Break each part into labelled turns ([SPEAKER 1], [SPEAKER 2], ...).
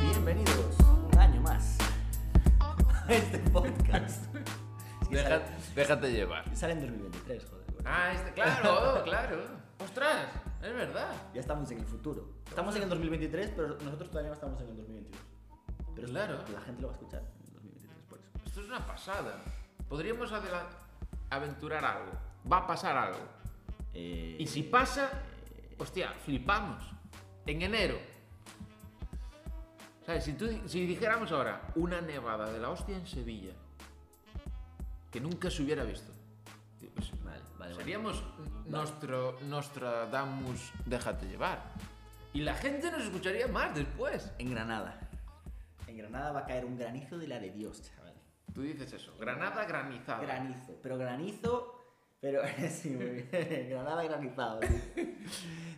[SPEAKER 1] Bienvenidos un año más a este podcast. Es que
[SPEAKER 2] Deja-
[SPEAKER 1] sale,
[SPEAKER 2] déjate llevar.
[SPEAKER 1] sale en 2023, joder. bueno.
[SPEAKER 2] Ah, este, claro, claro. Ostras, es verdad.
[SPEAKER 1] Ya estamos en el futuro. Estamos en el 2023, pero nosotros todavía no estamos en el 2022. Pero esto-
[SPEAKER 2] Claro.
[SPEAKER 1] la gente lo va a escuchar en el 2023, por eso.
[SPEAKER 2] Esto es una pasada. Podríamos adela- aventurar algo. Va a pasar algo.
[SPEAKER 1] Eh,
[SPEAKER 2] Y si pasa, hostia, flipamos. En enero. ¿Sabes? Si, tú, si dijéramos ahora una nevada de la hostia en Sevilla, que nunca se hubiera visto. Pues,
[SPEAKER 1] Vale, vale, vale.
[SPEAKER 2] Seríamos nuestro Nostradamus, déjate llevar. Y la gente nos escucharía más después.
[SPEAKER 1] En Granada. En Granada va a caer un granizo de la de Dios, chaval.
[SPEAKER 2] Tú dices eso, Granada
[SPEAKER 1] Ah.
[SPEAKER 2] granizada.
[SPEAKER 1] Granizo. Pero granizo. Pero sí, muy bien. Granada granizado. sí.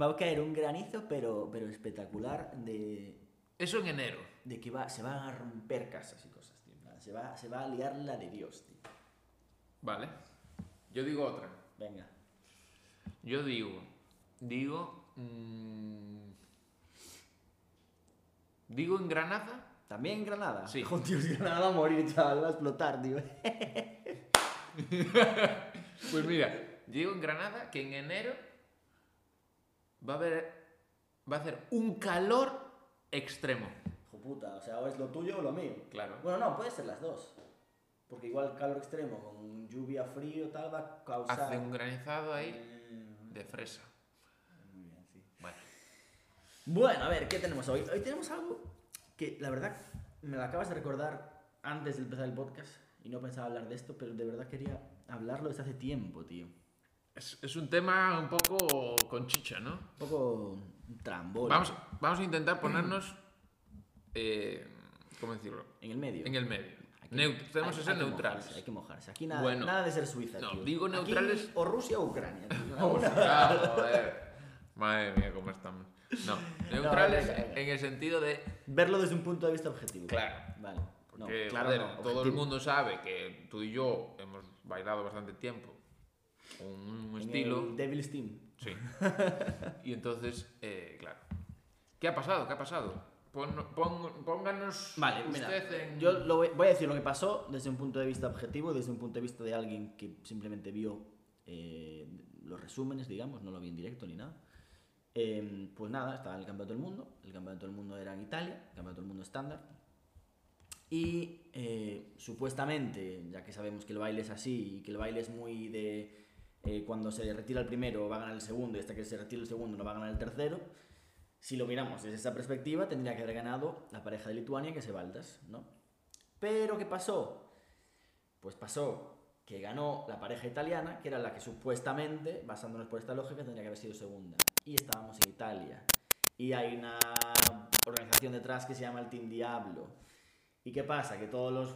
[SPEAKER 1] Va a caer un granizo, pero, pero espectacular. De,
[SPEAKER 2] Eso en enero.
[SPEAKER 1] de que va, se van a romper casas y cosas, tío. en plan, Se va, se va a liar la de Dios, tío.
[SPEAKER 2] Vale. Yo digo otra.
[SPEAKER 1] Venga.
[SPEAKER 2] Yo digo. Digo. mm, digo en Granada.
[SPEAKER 1] ¿También en Granada?
[SPEAKER 2] Sí.
[SPEAKER 1] Joder, tío, si Granada va a morir, chaval. Va a explotar, tío.
[SPEAKER 2] Pues mira, digo en Granada que en enero va a haber. Va a hacer un calor extremo.
[SPEAKER 1] Hijo puta, o sea, o es lo tuyo o lo mío.
[SPEAKER 2] Claro.
[SPEAKER 1] Bueno, no, puede ser las dos. Porque igual calor extremo con lluvia, frío, tal, va a causar...
[SPEAKER 2] Hace un granizado ahí
[SPEAKER 1] Mm,
[SPEAKER 2] de fresa.
[SPEAKER 1] Muy bien, sí.
[SPEAKER 2] Bueno,
[SPEAKER 1] Bueno, a ver, ¿qué tenemos hoy? Hoy tenemos algo que, la verdad, me lo acabas de recordar antes de empezar el podcast y no pensaba hablar de esto, pero de verdad quería hablarlo desde hace tiempo, tío. Un
[SPEAKER 2] es, es un tema un poco con chicha, ¿no?
[SPEAKER 1] poco trambólico.
[SPEAKER 2] Vamos, vamos a intentar ponernos. eh, ¿Cómo decirlo?
[SPEAKER 1] En el medio.
[SPEAKER 2] En el medio.
[SPEAKER 1] Hay que-
[SPEAKER 2] Neut- tenemos
[SPEAKER 1] hay-
[SPEAKER 2] que ser
[SPEAKER 1] hay que
[SPEAKER 2] neutrales.
[SPEAKER 1] mojarse, hay que mojarse. Aquí nada,
[SPEAKER 2] Bueno.
[SPEAKER 1] nada de ser Suiza,
[SPEAKER 2] No,
[SPEAKER 1] tío.
[SPEAKER 2] digo
[SPEAKER 1] Aquí
[SPEAKER 2] neutrales-
[SPEAKER 1] o Rusia o Ucrania. tío.
[SPEAKER 2] Ah, joder. Madre mía, cómo estamos. No, neutrales
[SPEAKER 1] venga, venga.
[SPEAKER 2] en el sentido de.
[SPEAKER 1] Verlo desde un punto de vista objetivo.
[SPEAKER 2] Claro.
[SPEAKER 1] Vale. No,
[SPEAKER 2] que,
[SPEAKER 1] claro,
[SPEAKER 2] joder,
[SPEAKER 1] no,
[SPEAKER 2] todo el
[SPEAKER 1] objetivo.
[SPEAKER 2] mundo sabe que tú y yo hemos bailado bastante tiempo con un
[SPEAKER 1] En
[SPEAKER 2] estilo.
[SPEAKER 1] el Devil's Team.
[SPEAKER 2] Sí. Y entonces, eh, claro. ¿Qué ha pasado? ¿Qué ha pasado? Pon- pon- pónganos
[SPEAKER 1] Vale, mira,
[SPEAKER 2] usted en.
[SPEAKER 1] yo lo voy, voy a decir lo que pasó desde un punto de vista objetivo, desde un punto de vista de alguien que simplemente vio eh, los resúmenes, digamos, no lo vi en directo ni nada. Eh, pues nada, estaba en el Campeonato del Mundo, el Campeonato del Mundo era en Italia, el Campeonato del Mundo estándar, y eh, supuestamente, ya que sabemos que el baile es así y que el baile es muy de eh, cuando se retira el primero va a ganar el segundo y hasta que se retira el segundo no va a ganar el tercero, si lo miramos desde esa perspectiva tendría que haber ganado la pareja de Lituania que es Baltas, ¿no? Pero ¿qué pasó? Pues pasó que ganó la pareja italiana, que era la que supuestamente, basándonos por esta lógica, tendría que haber sido segunda. Y estábamos en Italia. Y hay una organización detrás que se llama el Team Diablo. ¿Y qué pasa? Que todos los...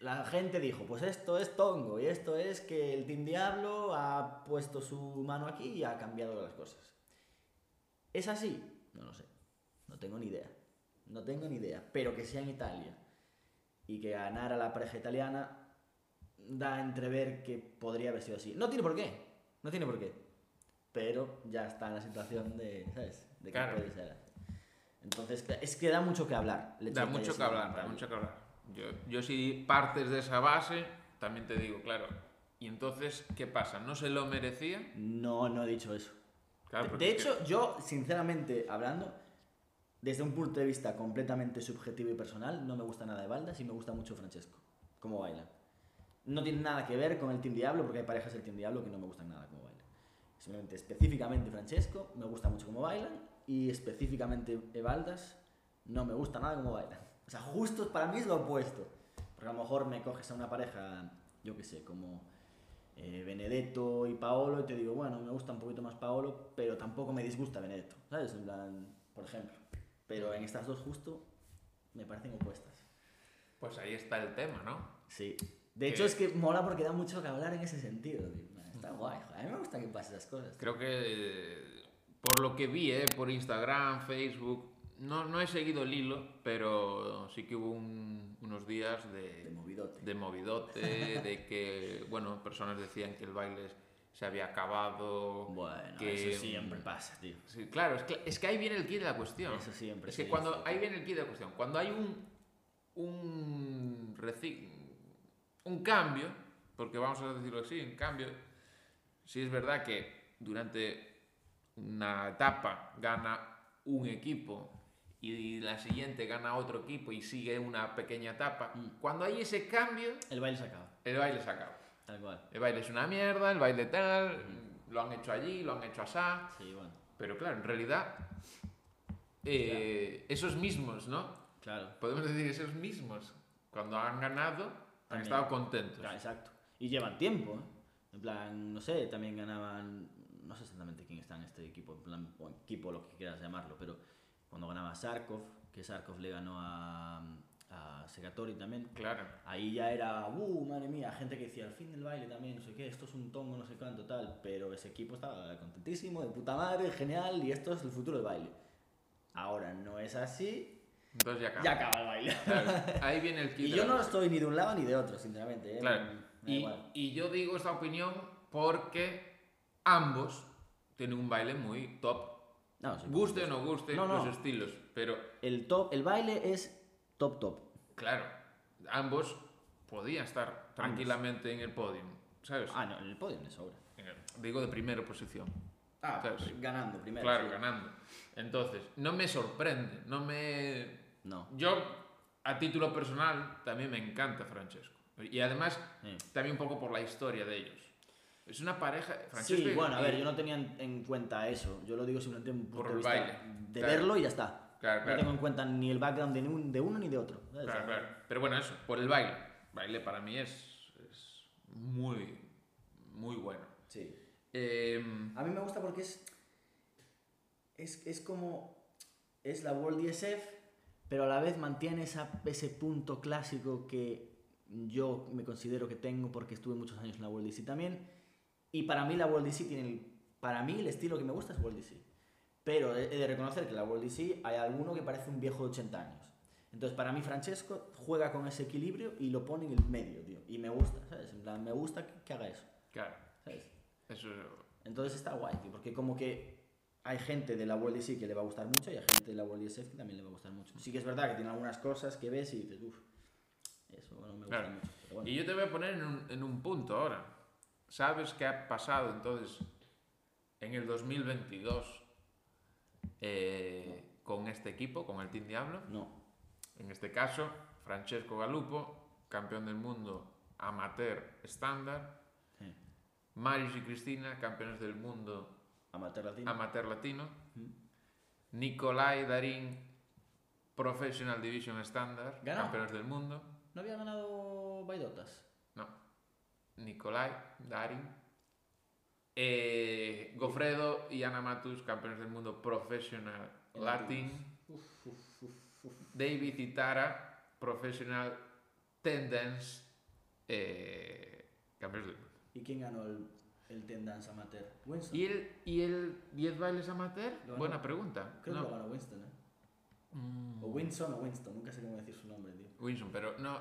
[SPEAKER 1] La gente dijo, pues esto es tongo y esto es que el Team Diablo ha puesto su mano aquí y ha cambiado las cosas. ¿Es así? No lo sé. No tengo ni idea. No tengo ni idea. Pero que sea en Italia y que ganara la pareja italiana da a entrever que podría haber sido así. No tiene por qué. No tiene por qué. Pero ya está en la situación de, ¿sabes? De que
[SPEAKER 2] Claro.
[SPEAKER 1] puede ser. Entonces, es que da mucho que hablar. el hecho
[SPEAKER 2] Da
[SPEAKER 1] de que haya
[SPEAKER 2] mucho que
[SPEAKER 1] sido en
[SPEAKER 2] hablar, da
[SPEAKER 1] Italia.
[SPEAKER 2] mucho que hablar. Yo, yo si partes de esa base, también te digo, claro. Y entonces, ¿qué pasa? ¿No se lo merecía?
[SPEAKER 1] No, no he dicho eso.
[SPEAKER 2] Claro,
[SPEAKER 1] De-
[SPEAKER 2] Ah, porque
[SPEAKER 1] de
[SPEAKER 2] es que-
[SPEAKER 1] hecho, yo, sinceramente hablando, desde un punto de vista completamente subjetivo y personal, no me gusta nada de Baldas y me gusta mucho Francesco, cómo baila. No tiene nada que ver con el Team Diablo, porque hay parejas del Team Diablo que no me gustan nada cómo bailan. Simplemente, específicamente Francesco, me gusta mucho cómo bailan, y específicamente Baldas, no me gusta nada cómo bailan. O sea, justo para mí es lo opuesto. Porque a lo mejor me coges a una pareja, yo qué sé, como eh, Benedetto y Paolo y te digo, bueno, me gusta un poquito más Paolo, pero tampoco me disgusta Benedetto, ¿sabes? En plan, por ejemplo. Pero en estas dos justo me parecen opuestas.
[SPEAKER 2] Pues ahí está el tema, ¿no?
[SPEAKER 1] Sí. De
[SPEAKER 2] Que-
[SPEAKER 1] hecho es que mola porque da mucho que hablar en ese sentido. tío. Está guay, joder. a mí me gusta que pasen esas cosas.
[SPEAKER 2] Creo que eh, Por lo que vi, eh, por Instagram, Facebook, no, no he seguido el hilo, pero sí que hubo un- unos días
[SPEAKER 1] De
[SPEAKER 2] de,
[SPEAKER 1] movidote.
[SPEAKER 2] de movidote, de que, bueno, personas decían que el baile se había acabado.
[SPEAKER 1] Bueno,
[SPEAKER 2] que, mm.
[SPEAKER 1] eso siempre pasa, tío.
[SPEAKER 2] Sí, claro, es que, es que ahí viene el kit de la cuestión.
[SPEAKER 1] Eso siempre
[SPEAKER 2] Es que
[SPEAKER 1] sí,
[SPEAKER 2] cuando
[SPEAKER 1] sí,
[SPEAKER 2] ahí
[SPEAKER 1] sí.
[SPEAKER 2] viene el kit de la cuestión. Cuando hay un un reci- un cambio, porque vamos a decirlo así, un cambio. Si es verdad que durante una etapa gana un equipo y la siguiente gana otro equipo y sigue una pequeña etapa, cuando hay ese cambio,
[SPEAKER 1] El baile se acaba,
[SPEAKER 2] el baile se acaba.
[SPEAKER 1] tal cual.
[SPEAKER 2] El baile es una mierda, el baile tal, lo han hecho allí, lo han hecho allá.
[SPEAKER 1] Sí, bueno,
[SPEAKER 2] Pero claro, en realidad, eh, esos mismos, ¿no?
[SPEAKER 1] claro.
[SPEAKER 2] Podemos decir esos mismos, cuando han ganado, han
[SPEAKER 1] También.
[SPEAKER 2] estado contentos.
[SPEAKER 1] Claro, exacto. Y llevan tiempo, ¿eh? En plan, no sé, también ganaban, no sé exactamente quién está en este equipo, en plan, o equipo, lo que quieras llamarlo, pero cuando ganaba Sarkov, que Sarkov le ganó a, a Segatori también,
[SPEAKER 2] Claro.
[SPEAKER 1] ahí ya era, uh, madre mía, gente que decía, al fin del baile también, no sé qué, esto es un tongo, no sé cuánto, tal, pero ese equipo estaba contentísimo, de puta madre, genial, y esto es el futuro del baile. Ahora no es así,
[SPEAKER 2] Entonces ya acaba.
[SPEAKER 1] ya acaba el baile.
[SPEAKER 2] Claro, Ahí viene el kit.
[SPEAKER 1] Y
[SPEAKER 2] de
[SPEAKER 1] yo
[SPEAKER 2] la
[SPEAKER 1] no
[SPEAKER 2] cuestión.
[SPEAKER 1] estoy ni de un lado ni de otro, sinceramente. ¿eh?
[SPEAKER 2] Claro.
[SPEAKER 1] Me da
[SPEAKER 2] Y,
[SPEAKER 1] igual.
[SPEAKER 2] y yo digo esta opinión porque ambos tienen un baile muy top.
[SPEAKER 1] No, sí,
[SPEAKER 2] Guste o no guste
[SPEAKER 1] No, no.
[SPEAKER 2] los estilos, pero
[SPEAKER 1] El, top, el baile es top top.
[SPEAKER 2] claro, ambos podían estar tranquilamente en el podio, ¿sabes?
[SPEAKER 1] Ah, no, en el podio me sobra.
[SPEAKER 2] En el- Digo de primera posición.
[SPEAKER 1] Ah,
[SPEAKER 2] Claro,
[SPEAKER 1] pues,
[SPEAKER 2] sí.
[SPEAKER 1] ganando primero.
[SPEAKER 2] Claro,
[SPEAKER 1] sí.
[SPEAKER 2] ganando. Entonces, no me sorprende, no me...
[SPEAKER 1] No.
[SPEAKER 2] Yo, a título personal, también me encanta Francesco. Y además,
[SPEAKER 1] Sí.
[SPEAKER 2] también un poco por la historia de ellos. Es una pareja... Francesco
[SPEAKER 1] Sí,
[SPEAKER 2] y-
[SPEAKER 1] bueno, a
[SPEAKER 2] y-
[SPEAKER 1] ver, yo no tenía en, en cuenta eso. Yo lo digo simplemente un punto
[SPEAKER 2] Por
[SPEAKER 1] de
[SPEAKER 2] el
[SPEAKER 1] vista
[SPEAKER 2] baile,
[SPEAKER 1] de
[SPEAKER 2] claro.
[SPEAKER 1] verlo y ya está.
[SPEAKER 2] Claro,
[SPEAKER 1] No
[SPEAKER 2] claro.
[SPEAKER 1] tengo en cuenta ni el background de, un- de uno ni de otro. ¿sabes?
[SPEAKER 2] Claro, claro. Pero bueno, eso, por el baile. Baile para mí es, es muy, muy bueno.
[SPEAKER 1] Sí.
[SPEAKER 2] Em,
[SPEAKER 1] A mí me gusta porque es. Es, es como. Es la World DSF, pero a la vez mantiene esa, ese punto clásico que yo me considero que tengo porque estuve muchos años en la World DC también. Y para mí la World DC tiene. el- para mí el estilo que me gusta es World DC. Pero he he de reconocer que en la World DC hay alguno que parece un viejo de 80 años. Entonces, para mí, Francesco juega con ese equilibrio y lo pone en el medio, tío. Y me gusta, ¿sabes? En plan, me gusta que- que haga eso,
[SPEAKER 2] claro,
[SPEAKER 1] ¿sabes?
[SPEAKER 2] eso es-
[SPEAKER 1] Entonces está guay, tío, porque como que hay gente de la World DC que le va a gustar mucho y hay gente de la World DSF que también le va a gustar mucho. Sí que es verdad que tiene algunas cosas que ves y dices, uff, eso no me gusta
[SPEAKER 2] Claro.
[SPEAKER 1] mucho. Pero bueno,
[SPEAKER 2] Y yo te voy a poner en un, en un punto ahora. ¿Sabes qué ha pasado entonces en el 2022 eh, con este equipo, con el Team Diablo?
[SPEAKER 1] no,
[SPEAKER 2] En este caso, Francesco Galupo, campeón del mundo amateur estándar.
[SPEAKER 1] Sí.
[SPEAKER 2] Marius y Cristina, campeones del mundo
[SPEAKER 1] amateur latino.
[SPEAKER 2] amateur latino. Nicolai Darín, Professional Division estándar,
[SPEAKER 1] Ganó.
[SPEAKER 2] campeones del mundo.
[SPEAKER 1] ¿No había ganado Baidotas?
[SPEAKER 2] No. Nicolai, Darin, eh, Gofredo y Ana Matus, campeones del mundo professional
[SPEAKER 1] En
[SPEAKER 2] latin.
[SPEAKER 1] Uf, uf, uf, uf.
[SPEAKER 2] David Itara, professional tendance, eh, campeones del mundo.
[SPEAKER 1] ¿Y quién ganó el, el Ten Dance amateur? ¿Winston?
[SPEAKER 2] ¿Y el, y el 10 bailes amateur?
[SPEAKER 1] Lo ganó.
[SPEAKER 2] Buena pregunta.
[SPEAKER 1] Creo
[SPEAKER 2] No.
[SPEAKER 1] que lo ganó Winston, ¿eh?
[SPEAKER 2] Mm,
[SPEAKER 1] O Winston o Winston, nunca sé cómo decir su nombre, tío.
[SPEAKER 2] Wilson, pero no,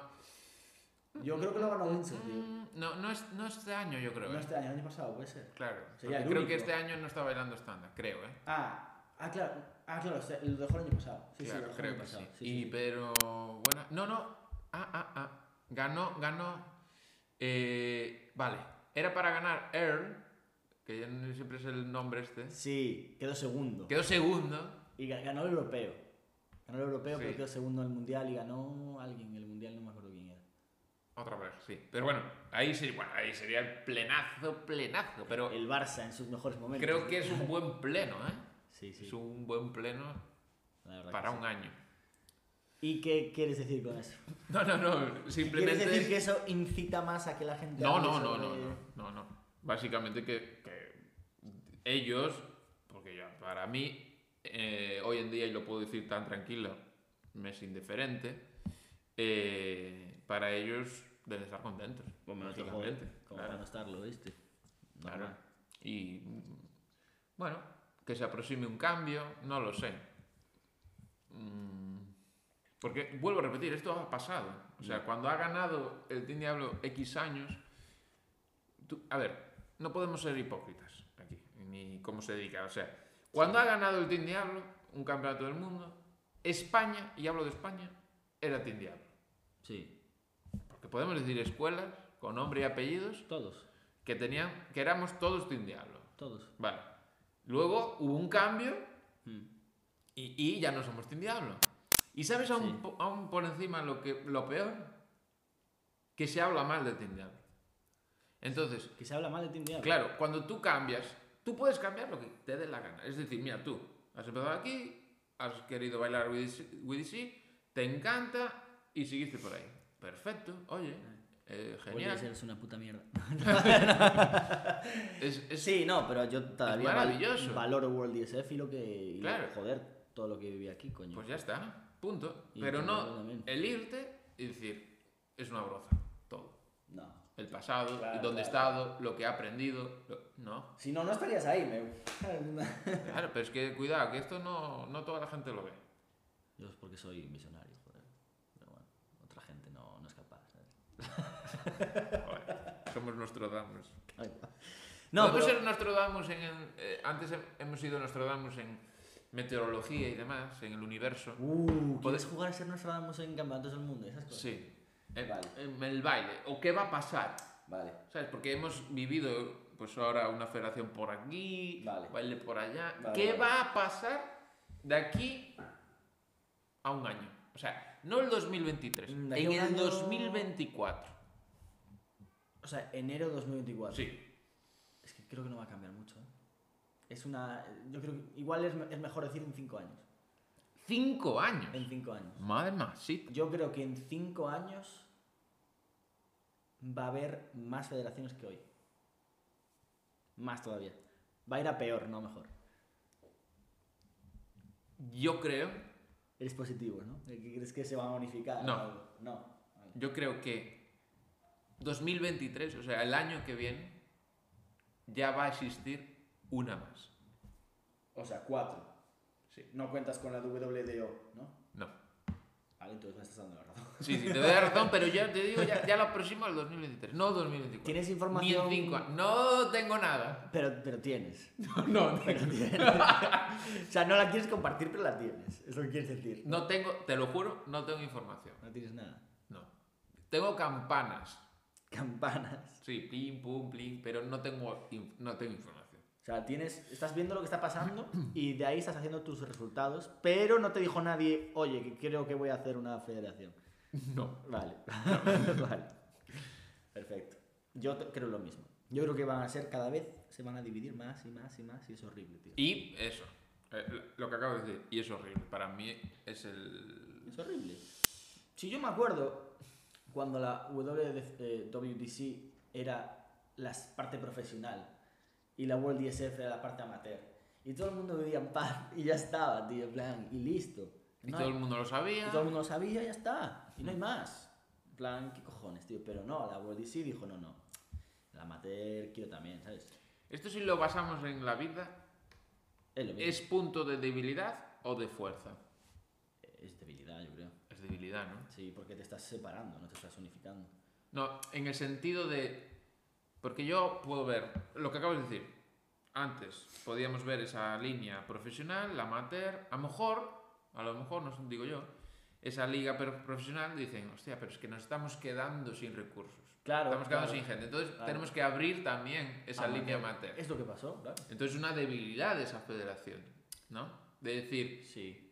[SPEAKER 1] Yo creo que lo ganó Winston, tío.
[SPEAKER 2] mm, no, no, es, no este año, yo creo.
[SPEAKER 1] No
[SPEAKER 2] eh.
[SPEAKER 1] este año, el año pasado, puede ser.
[SPEAKER 2] Claro,
[SPEAKER 1] Sería
[SPEAKER 2] porque
[SPEAKER 1] el
[SPEAKER 2] creo que
[SPEAKER 1] único.
[SPEAKER 2] este año no está bailando estándar, creo, ¿eh?
[SPEAKER 1] Ah, ah claro, ah, claro, se- lo dejó el año pasado. Sí, sí, lo
[SPEAKER 2] Claro,
[SPEAKER 1] dejó el
[SPEAKER 2] creo
[SPEAKER 1] año
[SPEAKER 2] que sí.
[SPEAKER 1] pasado. Sí,
[SPEAKER 2] y
[SPEAKER 1] sí, sí.
[SPEAKER 2] pero bueno, no, no. Ah, ah, ah. Ganó, ganó. eh, vale, era para ganar Earl, que ya no siempre es el nombre este.
[SPEAKER 1] Sí, quedó segundo.
[SPEAKER 2] Quedó segundo.
[SPEAKER 1] Y ga- ganó el europeo. Ganó el europeo,
[SPEAKER 2] Sí.
[SPEAKER 1] pero quedó segundo en el mundial y ganó alguien en el mundial, no me acuerdo quién era.
[SPEAKER 2] Otra vez, sí. Pero bueno, ahí sí, bueno, ahí sería el plenazo, plenazo. Pero
[SPEAKER 1] El Barça en sus mejores momentos.
[SPEAKER 2] creo que es un buen pleno, ¿eh?
[SPEAKER 1] Sí, sí.
[SPEAKER 2] Es un buen pleno
[SPEAKER 1] la verdad que
[SPEAKER 2] para
[SPEAKER 1] sí.
[SPEAKER 2] un año.
[SPEAKER 1] ¿Y qué quieres decir con eso?
[SPEAKER 2] No, no, no. Simplemente.
[SPEAKER 1] ¿Quieres decir
[SPEAKER 2] es-
[SPEAKER 1] que eso incita más a que la gente...
[SPEAKER 2] No,
[SPEAKER 1] hable
[SPEAKER 2] no, no,
[SPEAKER 1] sobre-
[SPEAKER 2] no, no, no, no. Básicamente que, que ellos, porque ya para mí, eh, hoy en día, y lo puedo decir tan tranquilo, me es indiferente, eh, para ellos deben estar contentos.
[SPEAKER 1] Bueno, no te
[SPEAKER 2] lógicamente,
[SPEAKER 1] joder, como para
[SPEAKER 2] claro,
[SPEAKER 1] no estarlo, ¿viste?
[SPEAKER 2] claro.
[SPEAKER 1] Normal.
[SPEAKER 2] Y mm, bueno, que se aproxime un cambio, no lo sé. Mm, Porque, vuelvo a repetir, esto ha pasado. O sea, cuando ha ganado el Team Diablo X años, tú- a ver, no podemos ser hipócritas aquí, ni cómo se dedica. O sea, cuando ha ganado el Team Diablo, un campeonato del mundo, España, y hablo de España, era Team Diablo.
[SPEAKER 1] Sí,
[SPEAKER 2] Porque podemos decir escuelas con nombre y apellidos
[SPEAKER 1] todos,
[SPEAKER 2] que, tenían, que éramos todos Team Diablo.
[SPEAKER 1] todos.
[SPEAKER 2] Vale. Luego hubo un cambio
[SPEAKER 1] Mm.
[SPEAKER 2] y, y ya no somos Team Diablo. ¿Y sabes aún,
[SPEAKER 1] Sí.
[SPEAKER 2] po- aún por encima lo, que, lo peor? Que se habla mal de Team Diablo. Entonces,
[SPEAKER 1] Que se habla mal de Team Diablo.
[SPEAKER 2] claro, cuando tú cambias, tú puedes cambiar lo que te dé la gana. Es decir, mira, tú has empezado aquí, has querido bailar WDC, te encanta y seguiste por ahí. Perfecto, oye, eh,
[SPEAKER 1] Hmm. Oye,
[SPEAKER 2] genial.
[SPEAKER 1] ese es una puta mierda.
[SPEAKER 2] Es- es-
[SPEAKER 1] Sí, no, pero yo todavía val-
[SPEAKER 2] maravilloso.
[SPEAKER 1] valoro World DSF y lo que. y,
[SPEAKER 2] Claro.
[SPEAKER 1] Joder, todo lo que viví aquí, coño.
[SPEAKER 2] Pues ya está, punto.
[SPEAKER 1] Y
[SPEAKER 2] Pero
[SPEAKER 1] el
[SPEAKER 2] no
[SPEAKER 1] campeonato también.
[SPEAKER 2] el irte y decir, es una broza, todo.
[SPEAKER 1] No.
[SPEAKER 2] El pasado,
[SPEAKER 1] Claro,
[SPEAKER 2] dónde he
[SPEAKER 1] claro.
[SPEAKER 2] estado, lo que he aprendido. lo- No,
[SPEAKER 1] Si no, no estarías ahí, me.
[SPEAKER 2] claro, pero es que cuidado, que esto no, no toda la gente lo ve.
[SPEAKER 1] Yo es porque soy visionario, joder. Pero bueno, otra gente no, no es capaz. ¿eh? ¿sabes?
[SPEAKER 2] Joder, somos Nostradamus.
[SPEAKER 1] No,
[SPEAKER 2] Podemos
[SPEAKER 1] pero,
[SPEAKER 2] ser Nostradamus en. el- eh, antes he- hemos sido Nostradamus en meteorología y demás, en el universo.
[SPEAKER 1] Uh, ¿quieres
[SPEAKER 2] Podemos-
[SPEAKER 1] jugar a ser Nostradamus en campeonatos del mundo? y Esas cosas.
[SPEAKER 2] Sí. En,
[SPEAKER 1] Vale.
[SPEAKER 2] en el baile. ¿O qué va a pasar?
[SPEAKER 1] Vale.
[SPEAKER 2] ¿Sabes? Porque hemos vivido, pues ahora una federación por aquí,
[SPEAKER 1] Vale.
[SPEAKER 2] baile por allá.
[SPEAKER 1] Vale,
[SPEAKER 2] ¿Qué
[SPEAKER 1] vale.
[SPEAKER 2] va a pasar de aquí a un año? O sea, no el 2023,
[SPEAKER 1] Mm,
[SPEAKER 2] en
[SPEAKER 1] de aquí a
[SPEAKER 2] el
[SPEAKER 1] un año-
[SPEAKER 2] 2024.
[SPEAKER 1] O sea, enero 2024.
[SPEAKER 2] Sí,
[SPEAKER 1] Es que creo que no va a cambiar mucho. ¿eh? Es una. Yo creo que igual es, me- es mejor decir en 5 años.
[SPEAKER 2] cinco años.
[SPEAKER 1] En 5 años.
[SPEAKER 2] Madre mía, sí.
[SPEAKER 1] Yo creo que en 5 años va a haber más federaciones que hoy. Más todavía. Va a ir a peor, no a mejor.
[SPEAKER 2] Yo creo,
[SPEAKER 1] Eres positivo, ¿no? ¿Qué crees que se va a modificar?
[SPEAKER 2] No.
[SPEAKER 1] algo? No. Vale.
[SPEAKER 2] yo creo que 2023, o sea, el año que viene, ya va a existir una más.
[SPEAKER 1] O sea, 4.
[SPEAKER 2] Sí.
[SPEAKER 1] No cuentas con la WDO, ¿no?
[SPEAKER 2] No.
[SPEAKER 1] Vale, entonces me estás dando la razón.
[SPEAKER 2] Sí, sí, te doy la razón, pero ya te digo, ya, ya lo aproximo al 2023, no 2024.
[SPEAKER 1] ¿Tienes información?
[SPEAKER 2] Ni en cinco años. No tengo nada.
[SPEAKER 1] Pero, pero tienes.
[SPEAKER 2] No,
[SPEAKER 1] Pero tienes. o sea, no la quieres compartir, pero la tienes. Es lo que quieres decir.
[SPEAKER 2] no tengo, te lo juro, no tengo información.
[SPEAKER 1] No tienes nada.
[SPEAKER 2] No. Tengo campanas.
[SPEAKER 1] Campanas.
[SPEAKER 2] Sí, plim, pum, plim, pero no tengo, inf- no tengo información.
[SPEAKER 1] O sea, tienes, estás viendo lo que está pasando y de ahí estás haciendo tus resultados, pero no te dijo nadie, oye, que creo que voy a hacer una federación.
[SPEAKER 2] No.
[SPEAKER 1] Vale. vale. Perfecto. Yo t- creo lo mismo. Yo creo que van a ser cada vez, se van a dividir más y más y más y es horrible, tío.
[SPEAKER 2] Y eso, eh, lo- lo que acabo de decir, y es horrible. Para mí es el...
[SPEAKER 1] Es horrible. Si yo me acuerdo cuando la WDC, eh, WDC era la s- parte profesional y la World DSF era la parte amateur. Y todo el mundo vivía en paz y ya estaba, tío, en plan, y listo.
[SPEAKER 2] Y
[SPEAKER 1] No
[SPEAKER 2] todo
[SPEAKER 1] hay-
[SPEAKER 2] el mundo lo
[SPEAKER 1] y
[SPEAKER 2] sabía.
[SPEAKER 1] todo el mundo lo sabía y ya está. Y no hay más. En plan, ¿qué cojones, tío? Pero no, la World DC dijo, no, no. La amateur quiero también, ¿sabes?
[SPEAKER 2] Esto si lo basamos en la vida,
[SPEAKER 1] Es lo mismo.
[SPEAKER 2] ¿es punto de debilidad o de fuerza?
[SPEAKER 1] Es debilidad, yo creo.
[SPEAKER 2] Es debilidad, ¿no?
[SPEAKER 1] Sí, porque te estás separando, no te estás unificando.
[SPEAKER 2] No, en el sentido de. Porque yo puedo ver lo que acabas de decir. Antes podíamos ver esa línea profesional, la amateur. A lo mejor, a lo mejor, no sé, digo yo, esa liga per- profesional dicen, hostia, pero es que nos estamos quedando sin recursos.
[SPEAKER 1] Claro,
[SPEAKER 2] estamos quedando
[SPEAKER 1] claro.
[SPEAKER 2] sin gente. Entonces
[SPEAKER 1] claro.
[SPEAKER 2] tenemos que abrir también esa
[SPEAKER 1] Amateur.
[SPEAKER 2] línea amateur.
[SPEAKER 1] Es lo que pasó, claro.
[SPEAKER 2] Entonces una debilidad de esa federación, ¿no? De decir,
[SPEAKER 1] Sí.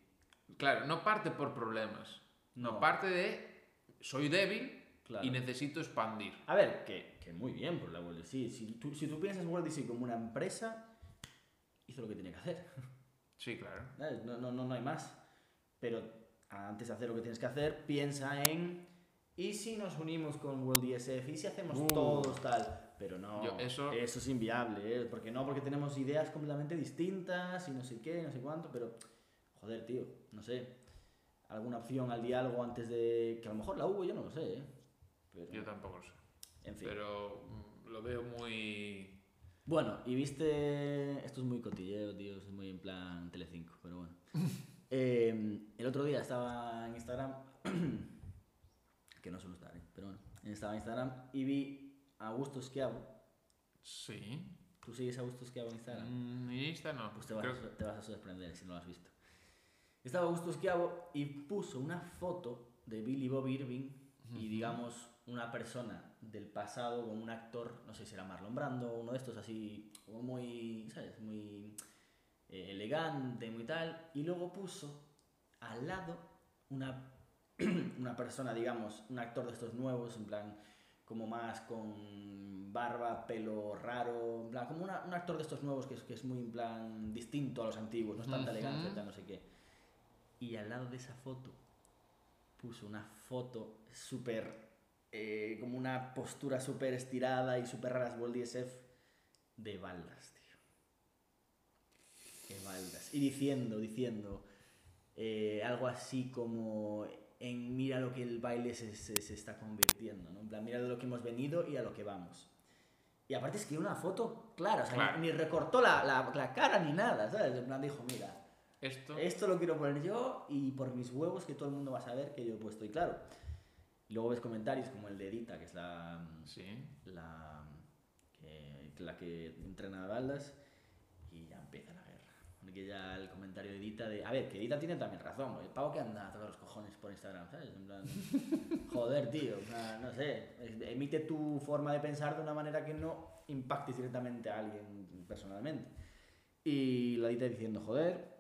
[SPEAKER 2] claro, no parte por problemas.
[SPEAKER 1] No.
[SPEAKER 2] no parte de soy débil
[SPEAKER 1] Claro.
[SPEAKER 2] y necesito expandir.
[SPEAKER 1] A ver, que, que muy bien por la World DC. Si tú, si tú piensas World DC como una empresa, hizo lo que tenía que hacer.
[SPEAKER 2] Sí, claro.
[SPEAKER 1] ¿sabes? No, no, no, no hay más. Pero antes de hacer lo que tienes que hacer, piensa en. ¿Y si nos unimos con World DSF? ¿Y si hacemos
[SPEAKER 2] Uh.
[SPEAKER 1] todos tal? Pero no,
[SPEAKER 2] Yo- eso-
[SPEAKER 1] es inviable, ¿eh? Porque no, porque tenemos ideas completamente distintas y no sé qué, no sé cuánto, pero. Joder, tío, no sé. ¿Alguna opción al diálogo antes de.? Que a lo mejor la hubo, yo no lo sé, ¿eh? Pero,
[SPEAKER 2] Yo tampoco lo sé.
[SPEAKER 1] en fin.
[SPEAKER 2] Pero mm, lo veo muy.
[SPEAKER 1] Bueno, y viste. Esto es muy cotilleo, tío. Es muy en plan Telecinco, pero bueno. Eh, el otro día estaba en Instagram. que no suelo estar, eh, pero bueno. Estaba en Instagram y vi a Augusto Esquiavo.
[SPEAKER 2] Sí.
[SPEAKER 1] ¿Tú sigues a Augusto Esquiavo en Instagram?
[SPEAKER 2] Mm, y esta no.
[SPEAKER 1] Pues te vas,
[SPEAKER 2] Creo-
[SPEAKER 1] a, te vas a sorprender si no lo has visto. Estaba Augusto Esquiavo y puso una foto de Billy Bob Irving y, digamos, una persona del pasado con un actor, no sé si era Marlon Brando o uno de estos, así, como muy, ¿sabes? Muy eh, elegante, muy tal. Y luego puso al lado una, una persona, digamos, un actor de estos nuevos, en plan, como más con barba, pelo raro, en plan, como una- un actor de estos nuevos que es, que es muy, en plan, distinto a los antiguos, no es tanta
[SPEAKER 2] Ujú.
[SPEAKER 1] elegancia, tal, no sé qué. Y al lado de esa foto puso una foto súper, eh, como una postura súper estirada y súper raras, SF de baldas, tío. Qué baldas. Y diciendo, diciendo eh, algo así como en mira lo que el baile se, se- se está convirtiendo, ¿no? En plan, mira de lo que hemos venido y a lo que vamos. Y aparte es que una foto, claro, o sea,
[SPEAKER 2] Claro.
[SPEAKER 1] Ni, ni recortó la, la- la cara ni nada, ¿sabes? En plan dijo, mira,
[SPEAKER 2] Esto.
[SPEAKER 1] esto lo quiero poner yo y por mis huevos que todo el mundo va a saber que yo he puesto. Y claro, luego ves comentarios como el de Edita, que es la,
[SPEAKER 2] Sí.
[SPEAKER 1] la que, la que entrena a Baldas y ya empieza la guerra. Porque ya el comentario de Edita de... A ver, que Edita tiene también razón. El pavo que anda a tocar los cojones por Instagram, ¿sabes? En plan... Joder, tío. o sea, no sé. Emite tu forma de pensar de una manera que no impactes directamente a alguien personalmente. Y la Edita diciendo, joder,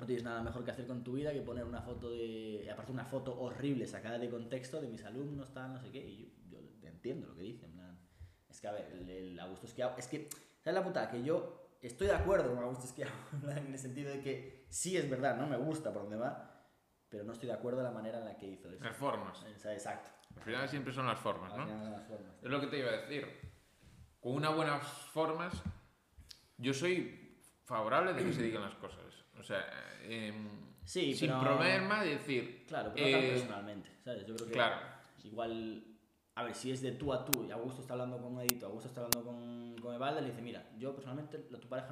[SPEAKER 1] no tienes nada mejor que hacer con tu vida que poner una foto de... Aparte una foto horrible sacada de contexto de mis alumnos, tal, no sé qué. Y yo, yo entiendo lo que dice, en plan... Es que, a ver, el, el Augusto Esquiao... Es que, ¿sabes la puta? Que yo estoy de acuerdo con Augusto Esquiao en plan, en el sentido de que sí es verdad, no me gusta por dónde va, pero no estoy de acuerdo en la manera en la que hizo eso.
[SPEAKER 2] Las formas.
[SPEAKER 1] O sea, Exacto.
[SPEAKER 2] Al final siempre son las formas,
[SPEAKER 1] Al
[SPEAKER 2] ¿no?
[SPEAKER 1] final, las formas.
[SPEAKER 2] Es lo que te iba a decir. Con unas buenas formas, yo soy favorable de que se digan las cosas. O sea, em,
[SPEAKER 1] Sí,
[SPEAKER 2] sin
[SPEAKER 1] pero-
[SPEAKER 2] problema decir.
[SPEAKER 1] Claro, pero no tan
[SPEAKER 2] eh,
[SPEAKER 1] personalmente, ¿sabes? Yo creo que
[SPEAKER 2] claro.
[SPEAKER 1] igual, a ver, si es de tú a tú y Augusto está hablando con Edito, Augusto está hablando con, con Evalda, le dice, mira, yo personalmente, la- tu pareja